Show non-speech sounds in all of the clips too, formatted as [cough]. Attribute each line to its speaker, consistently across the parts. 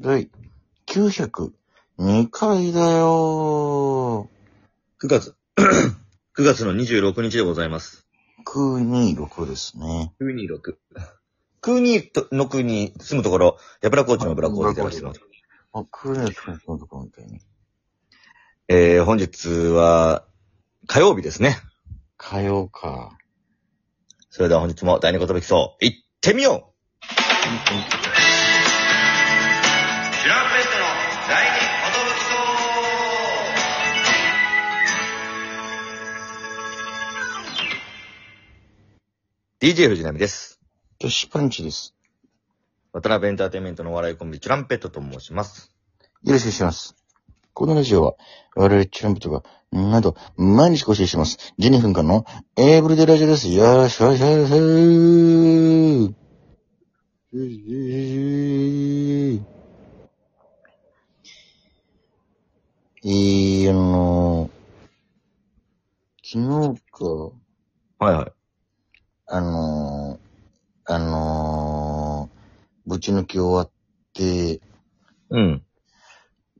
Speaker 1: 第902回だよ
Speaker 2: 9月、9月の26日でございます。
Speaker 1: ー。926ですね。
Speaker 2: 926。92の国に住むところ、矢倉コーチのブラコーチでございます。
Speaker 1: あ、926のとこみたいに。
Speaker 2: えー、本日は火曜日ですね。
Speaker 1: 火曜か。
Speaker 2: それでは本日も第二言武器層、行ってみようシュランペストの第二言武器層 DJ 藤波です。
Speaker 1: 女子パンチです。
Speaker 2: 渡辺エンターテインメントのお笑いコンビ、チュランペットと申します。
Speaker 1: よろしくお願いします。このラジオは、我々チュランプとか、など、毎日更新してます。12分間のエイブリデイラジオです。よろしくお願いします。いい、あの、昨日か、
Speaker 2: はいはい。
Speaker 1: あのあのぶち抜き終わって、
Speaker 2: うん。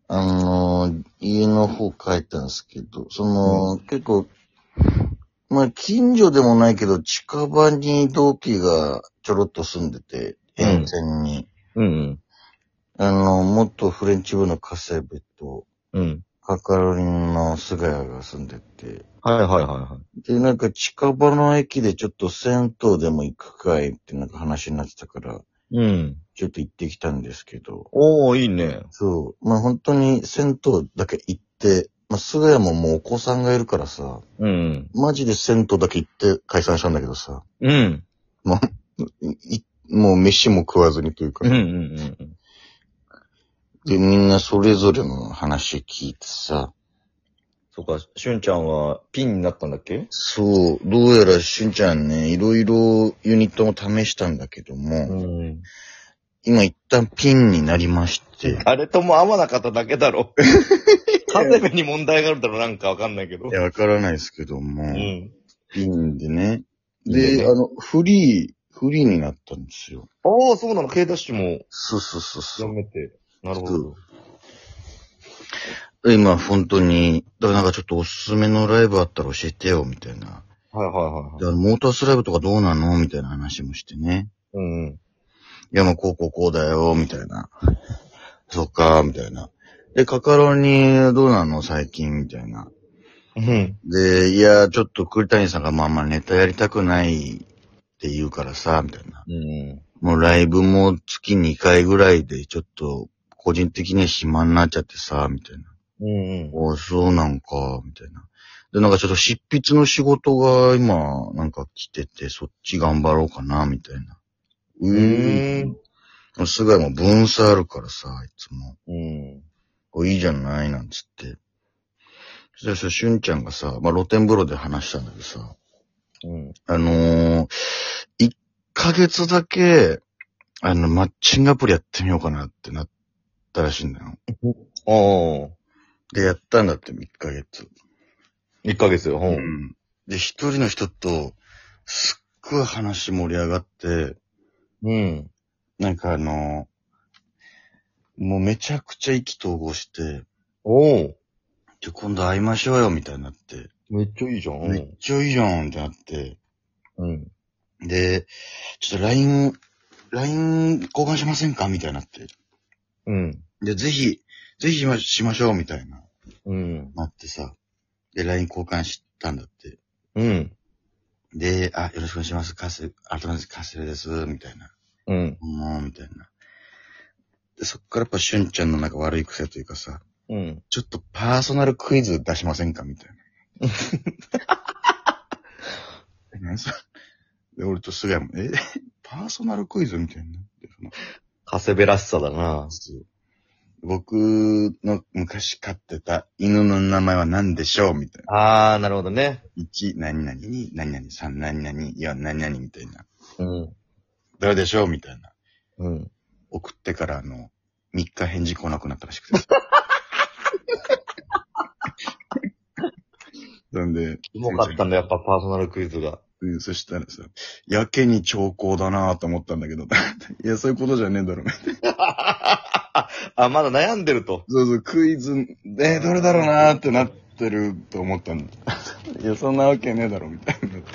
Speaker 1: あのー、家の方帰ったんですけど、その、結構、まあ、近所でもないけど、近場に同期がちょろっと住んでて、沿線に。
Speaker 2: うん
Speaker 1: あの、元フレンチ部のカセベと、
Speaker 2: うん。うん。
Speaker 1: カカロリンの菅谷が住んでて、
Speaker 2: はいはいはいは
Speaker 1: で、なんか近場の駅でちょっと銭湯でも行くかいってなんか話になってたから、
Speaker 2: い。うん。
Speaker 1: ちょっと行ってきたんですけど、
Speaker 2: おー、いいね。
Speaker 1: そう。まあ本当に銭湯だけ行って、まあ菅谷ももうお子さんがいるからさ、
Speaker 2: うん。
Speaker 1: マジで銭湯だけ行って解散したんだけどさ、
Speaker 2: うん。
Speaker 1: いいもう飯も食わずにというか、
Speaker 2: うんうんうん。
Speaker 1: で、みんなそれぞれの話聞いてさ、
Speaker 2: そうか、しゅんちゃんはピンになったんだっけ
Speaker 1: そう、どうやらしゅんちゃんね、いろいろユニットも試したんだけども、
Speaker 2: ん。
Speaker 1: 今一旦ピンになりまして、
Speaker 2: 誰とも合わなかっただけだ [laughs] ろ。カセベに問題があるだろ、なんかわかんないけど
Speaker 1: い。や、わからないですけども、
Speaker 2: うん。
Speaker 1: ピンでね、
Speaker 2: いい
Speaker 1: で、
Speaker 2: ね
Speaker 1: あの、フリー、フリーになったんですよ。
Speaker 2: おー、そうなの、ケイダッシュも
Speaker 1: そうそうそうそう
Speaker 2: や。めて。なるほ
Speaker 1: そ
Speaker 2: ど。
Speaker 1: 今、本当に、だからなんかちょっとおすすめのライブあったら教えてよ、みたいな。
Speaker 2: はいはいはいは
Speaker 1: だ
Speaker 2: い。
Speaker 1: からモータースライブとかどうなのみたいな話もしてね。
Speaker 2: うんうん。
Speaker 1: いや、もうこうこうこうだよ、みたいな。そっか、みたいな。で、カカロニどうなの最近、みたいな。
Speaker 2: うん。
Speaker 1: で、いや、ちょっと栗谷さんがまあまあネタやりたくないって言うからさ、みたいな。
Speaker 2: うん。
Speaker 1: もうライブも月2回ぐらいで、ちょっと個人的には暇になっちゃってさ、みたいな。
Speaker 2: うんうん。
Speaker 1: あ、そうなんか、みたいな。で、なんかちょっと執筆の仕事が今、なんか来てて、そっち頑張ろうかな、みたいな。う
Speaker 2: ーん。
Speaker 1: ん。菅谷も分差あるからさ、いつも。
Speaker 2: うん。
Speaker 1: これいいじゃない、なんつって。そしたら、しゅんちゃんがさ、まあ、露天風呂で話したんだけどさ、
Speaker 2: うん。
Speaker 1: あのー、1ヶ月だけ、あの、マッチングアプリやってみようかなってなったらしいんだよ。
Speaker 2: おー。
Speaker 1: で、やったんだって、1ヶ月。
Speaker 2: 1ヶ月よ。う。
Speaker 1: うんん。で、一人の人と、すっごい話盛り上がって、
Speaker 2: うん。
Speaker 1: なんかあの、もうめちゃくちゃ意気投合して、
Speaker 2: おお
Speaker 1: じゃ今度会いましょうよ、みたいになって、
Speaker 2: めっちゃいいじゃん。
Speaker 1: めっちゃいいじゃん、ってなって、
Speaker 2: うん。
Speaker 1: で、ちょっと LINE、LINE 交換しませんかみたいになって。
Speaker 2: うん。
Speaker 1: で、ぜひ、ぜひしましましょう、みたいな、
Speaker 2: うん。
Speaker 1: なってさ。で、LINE 交換したんだって。
Speaker 2: うん。
Speaker 1: で、あ、よろしくお願いします。カス、ありがとうございます。カスレです、みたいな。
Speaker 2: うん。
Speaker 1: もう、みたいな。で、そっからやっぱ、しゅんちゃんのなんか悪い癖というかさ、
Speaker 2: うん。
Speaker 1: ちょっとパーソナルクイズ出しませんかみたいな。え何それで、俺と菅谷も、え、パーソナルクイズみたいな。でその
Speaker 2: カセベらしさだな。
Speaker 1: 僕の昔飼ってた犬の名前は何でしょうみたいな。
Speaker 2: あー、なるほどね。
Speaker 1: 1、何々、2、何々、3、何々、4、何々みたいな。
Speaker 2: うん。
Speaker 1: どれでしょうみたいな。
Speaker 2: うん。
Speaker 1: 送ってから、あの、3日返事来なくなったらしく
Speaker 2: [laughs]
Speaker 1: て。なんで、
Speaker 2: うまかったんだ、やっぱパーソナルクイズが。
Speaker 1: うんそしたらさ、やけ [laughs] に兆候だなぁと思ったんだけど、いや、そういうことじゃねえだろ、みたいな。
Speaker 2: あ、まだ悩んでると。
Speaker 1: そうそう、クイズ、えー、どれだろうなーってなってると思ったんだ。いや、そんなわけねえだろ、みたいになって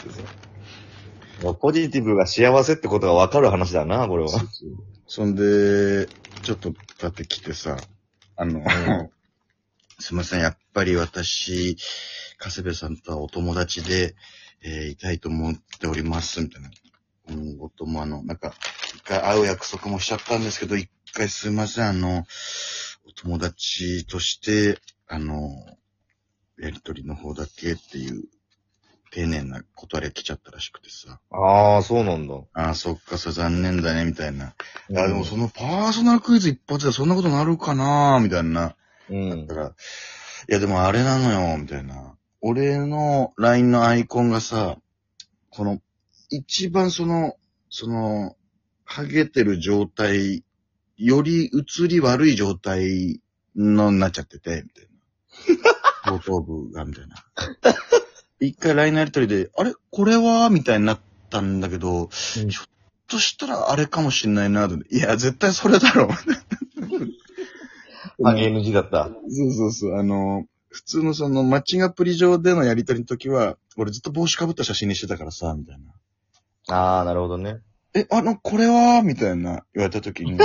Speaker 1: さ。
Speaker 2: ポジティブが幸せってことがわかる話だな、これは。
Speaker 1: そんで、ちょっと立ってきてさ、あの、すいません、やっぱり私、加瀬部さんとはお友達で、えーいたいと思っております、みたいな。今後ともあの、なんか、一回会う約束もしちゃったんですけど、一回すいません、あの、お友達として、あの、やりとりの方だけっていう、丁寧な断りが来ちゃったらしくてさ。
Speaker 2: ああ、そうなんだ。
Speaker 1: ああ、そっか、それ残念だね、みたいな。いや、でも
Speaker 2: そ
Speaker 1: そのパーソナルクイズ一発でそんなことなるかなみたいな。
Speaker 2: うん
Speaker 1: だ。から、いや、でもあれなのよ、みたいな。俺の LINE のアイコンがさ、この、一番その、その、ハゲてる状態、より移り悪い状態のになっちゃってて、みたい
Speaker 2: [laughs]
Speaker 1: な。後頭部が、みたいな。一回 LINE のやりとりで、あれこれはみたいになったんだけど、
Speaker 2: うん
Speaker 1: ひょっとしたらあれかもしんないなと思って、いや、絶対それだ
Speaker 2: [laughs]
Speaker 1: ろう。 [laughs]
Speaker 2: あ、NG だった。
Speaker 1: そうそうそう、あの、普通のそのマッチングアプリ上でのやりとりの時は、俺ずっと帽子かぶった写真にしてたからさ、みたいな。
Speaker 2: ああ、なるほど [laughs] ね。
Speaker 1: え、あの、これはみたいな言われた時に。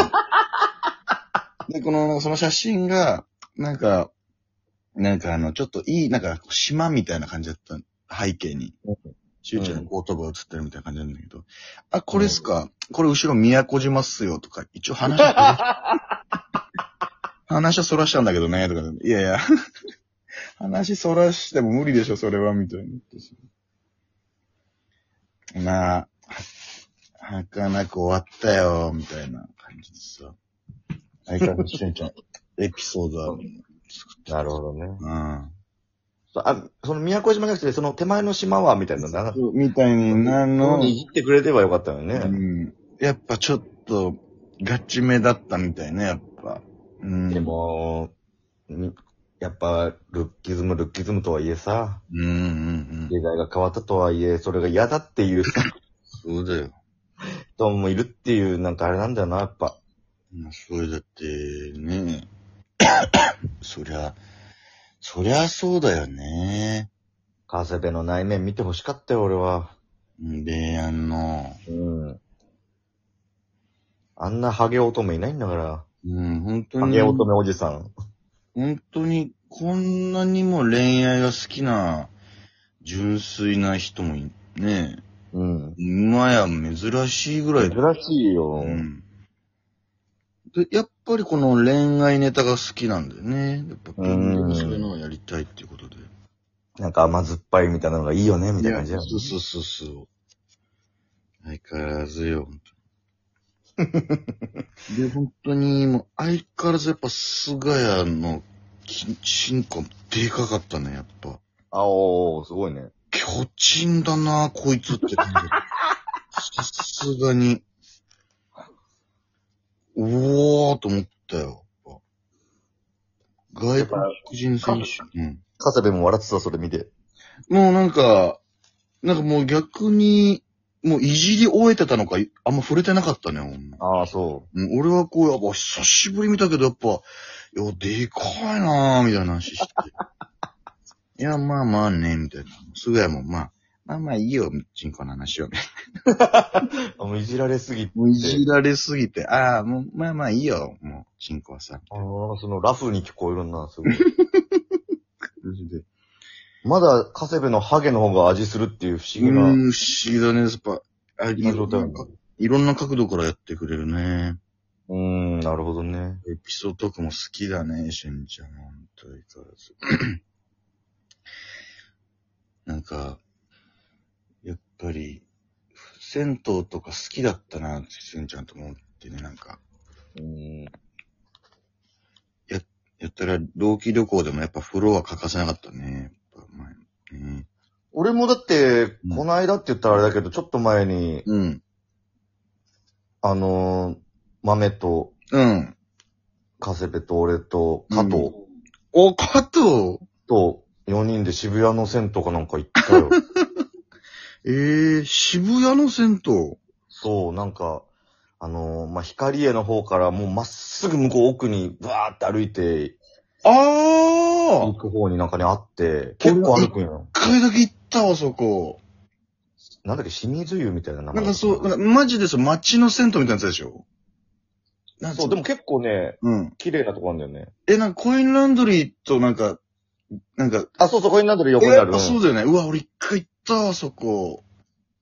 Speaker 1: で、この、その写真が、なんか、なんかあの、ちょっといい、なんか島みたいな感じだった、背景に。しゅうちゃんの後頭部が映ってるみたいな感じなんだけど。あ、これっすか、これ後ろ宮古島っすよとか、一応話は、話はそらしたんだけどね、とか、いやいや、 [laughs] 話そらしても無理でしょ、それは、みたいに言ってさまあ、ははかなく終わったよ、みたいな感じでさ。相変わらずしゅんちゃん、エピソードある
Speaker 2: なるほどね。
Speaker 1: うん。
Speaker 2: そうあ、その宮古島じゃなくて、その手前の島は、みたいな。な
Speaker 1: そうみたいになる
Speaker 2: の
Speaker 1: の。
Speaker 2: にいじってくれればよかったのにね。
Speaker 1: うん。やっぱちょっと、ガチめだったみたいね、やっぱ。うん。
Speaker 2: で。も、んやっぱ、ルッキズム、ルッキズムとはいえさ、
Speaker 1: うんうん
Speaker 2: 時代が変わったとはいえ、それが嫌だっていう
Speaker 1: うん。そうだよ。
Speaker 2: 人もいるっていう、なんかあれなんだよな、やっぱ。
Speaker 1: まあ、それだって、ね [coughs] そりゃ、そりゃそうだよね。
Speaker 2: カセベの内面見てほしかったよ、俺は。
Speaker 1: で、あの、
Speaker 2: うん。あんなハゲ乙女いないんだから。
Speaker 1: うん、本当
Speaker 2: ハ
Speaker 1: に
Speaker 2: ゲ、乙女おじさん。
Speaker 1: 本当に、こんなにも恋愛が好きな、純粋な人もい、ね
Speaker 2: うん。
Speaker 1: 今や珍しいぐらい
Speaker 2: 珍しいよ。
Speaker 1: うんで、やっぱりこの恋愛ネタが好きなんだよね。やっぱ、
Speaker 2: うん
Speaker 1: そういうのをやりたいっていうことで。
Speaker 2: なんか甘酸っぱいみたいなのがいいよね、みたいな感じだよね
Speaker 1: そうそうそうそう。相変わらず
Speaker 2: [laughs]
Speaker 1: よ、本当にで、本当に、もう、相変わらずやっぱ、菅谷のき、進化、でかかったね、やっぱ。
Speaker 2: あおー、すごいね。
Speaker 1: 巨人だな、こいつって感じ。さすがに。おーと思ったよ。やっぱ外国人選手。うん。
Speaker 2: カセベも笑ってた、それ見て。
Speaker 1: もうなんか、なんかもう逆に、もういじり終えてたのか、あんま触れてなかったね、ほんま
Speaker 2: ああ、そ
Speaker 1: うん俺はこう、やっぱ久しぶり見たけど、やっぱ、いや、でかいなーみたいな話して。 [laughs] いや、まあまあね、みたいな。すぐやもん、まあ、まあまあいいよ、チンコの話は。
Speaker 2: う。あもういじられすぎて。
Speaker 1: もういじられすぎて、ああ、もう、まあまあいいよ、もう、チンコはさ。
Speaker 2: あーそのラフに聞こえる
Speaker 1: [laughs]
Speaker 2: な、すごい。
Speaker 1: で
Speaker 2: まだカセベのハゲの方が味するっていう不
Speaker 1: う
Speaker 2: 思議な。
Speaker 1: ん、不思議だね、やっぱ、あい
Speaker 2: 今
Speaker 1: ろ
Speaker 2: 状
Speaker 1: ん
Speaker 2: 態
Speaker 1: なないろんな角度からやってくれるね。
Speaker 2: うん、なるほどね。
Speaker 1: エピソードとかも好きだね、しゅんちゃん。本当に [clears throat] 相変わらず。なんか、やっぱり、銭湯とか好きだったな、しゅんちゃんと思ってね、なんか。
Speaker 2: うん。
Speaker 1: やったら、同期旅行でもやっぱ風呂は欠かせなかったね。やっぱ前ね
Speaker 2: 俺もだって
Speaker 1: う、ん
Speaker 2: この間って言ったらあれだけど、ちょっと前に、
Speaker 1: うん。
Speaker 2: あのー、豆と、
Speaker 1: うん。
Speaker 2: カセベと俺と、加藤
Speaker 1: お、加藤
Speaker 2: と、4人で渋谷の銭湯かなんか行っ
Speaker 1: [laughs]
Speaker 2: たよ。
Speaker 1: ええー、渋谷の銭湯。
Speaker 2: そう、なんか、あのー、まあ、光栄の方からもうまっすぐ向こう奥にバーって歩いて
Speaker 1: あ
Speaker 2: 行
Speaker 1: あ
Speaker 2: く方になんかねあって、結構歩くんよ。
Speaker 1: 一回だけ行ったわ、そこ。
Speaker 2: なんだっけ、清水湯みたいな名
Speaker 1: な
Speaker 2: 前
Speaker 1: んか
Speaker 2: だった
Speaker 1: そう、なんかマジでそう、街の銭湯みたいなやつでしょなんつ
Speaker 2: そう、でも、結構ね、
Speaker 1: うん。
Speaker 2: 綺麗なとこあるんだよね。
Speaker 1: え、なんかコインランドリーとなんか、なんか、
Speaker 2: あ、そうそう、コインランドリー横にある。
Speaker 1: えあそうだよね。うわ、俺一回行ったわ、そこ。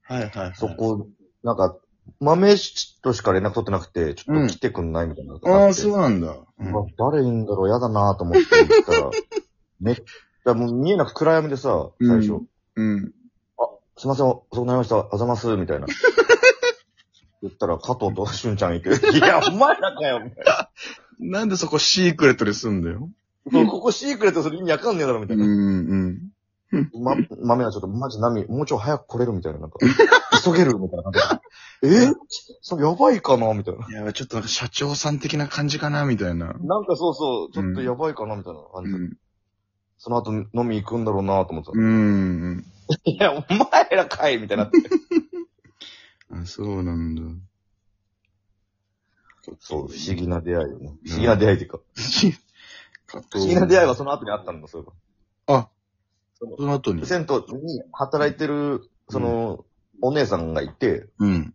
Speaker 1: はいはい、はい。
Speaker 2: そ。こ、なんか、豆師としか連絡取ってなくて、ちょっと来てくんないみたいなのがって。
Speaker 1: ああ、そうなんだ。うん
Speaker 2: うわ誰いんだろう、嫌だなと思って行ったら、 [laughs] めっちゃもう見えなく暗闇でさ、最初、
Speaker 1: うんうん。
Speaker 2: すいません、遅くなりました、あざます、み
Speaker 1: [laughs]
Speaker 2: たいな。言ったら、加藤としゅんちゃんいて、いや、お前らかよ、みたい
Speaker 1: なんでそこシークレットにすんだよ。
Speaker 2: な。ここシークレットする意味わかんねえだろ、みた
Speaker 1: うん、
Speaker 2: いな。
Speaker 1: うん。
Speaker 2: ま、豆はちょっと、マジ波、もうちょい早く来れるみたいな、なんか、急げるみたいな。なんかえそやばいかなみたいな。
Speaker 1: いや、ちょっとなんか社長さん的な感じかな、みたいな。
Speaker 2: なんかそうそう、ちょっとやばいかなみたいな感
Speaker 1: う
Speaker 2: じ。
Speaker 1: ん。
Speaker 2: その後飲み行くんだろうなと思ってた。
Speaker 1: うん。
Speaker 2: いや、お前らかいみたいになって。
Speaker 1: あ、そうなんだ。
Speaker 2: そう、不思議な出会いよね。不思議な出会いっていうか。
Speaker 1: 加藤
Speaker 2: 不思議な出会いはその後にあったんだ、そういえ
Speaker 1: あ、
Speaker 2: ば。
Speaker 1: その後に。
Speaker 2: 銭湯に働いてる、その、お姉さんがいて、
Speaker 1: うん。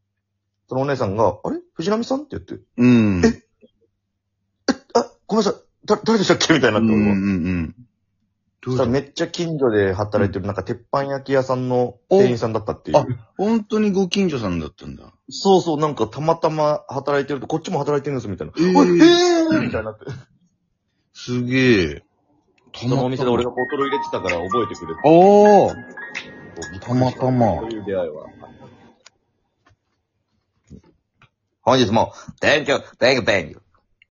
Speaker 2: そのお姉さんが、あれ藤波さんって言って、
Speaker 1: うん。
Speaker 2: えあ、ごめんなさい、だ、誰でしたっけみたいにな
Speaker 1: う
Speaker 2: っ
Speaker 1: ん
Speaker 2: て、
Speaker 1: う
Speaker 2: 俺
Speaker 1: ん
Speaker 2: は。
Speaker 1: うん。ど
Speaker 2: そうしたら
Speaker 1: だ
Speaker 2: めっちゃ近所で働いてる、なんか鉄板焼き屋さんの店員さんだったってい
Speaker 1: おあ
Speaker 2: う。
Speaker 1: 本当にご近所さんだったんだ。
Speaker 2: そうそう、なんかたまたま働いてると、こっちも働いてるんです、みたいな。
Speaker 1: えー
Speaker 2: おいえーみたいになって。
Speaker 1: すげえ。た
Speaker 2: そのお店で俺がボトル入れてたから覚えてくれて。
Speaker 1: おー
Speaker 2: た
Speaker 1: またま
Speaker 2: そういう出会いは。本日も、Thank you, thank you, thank you.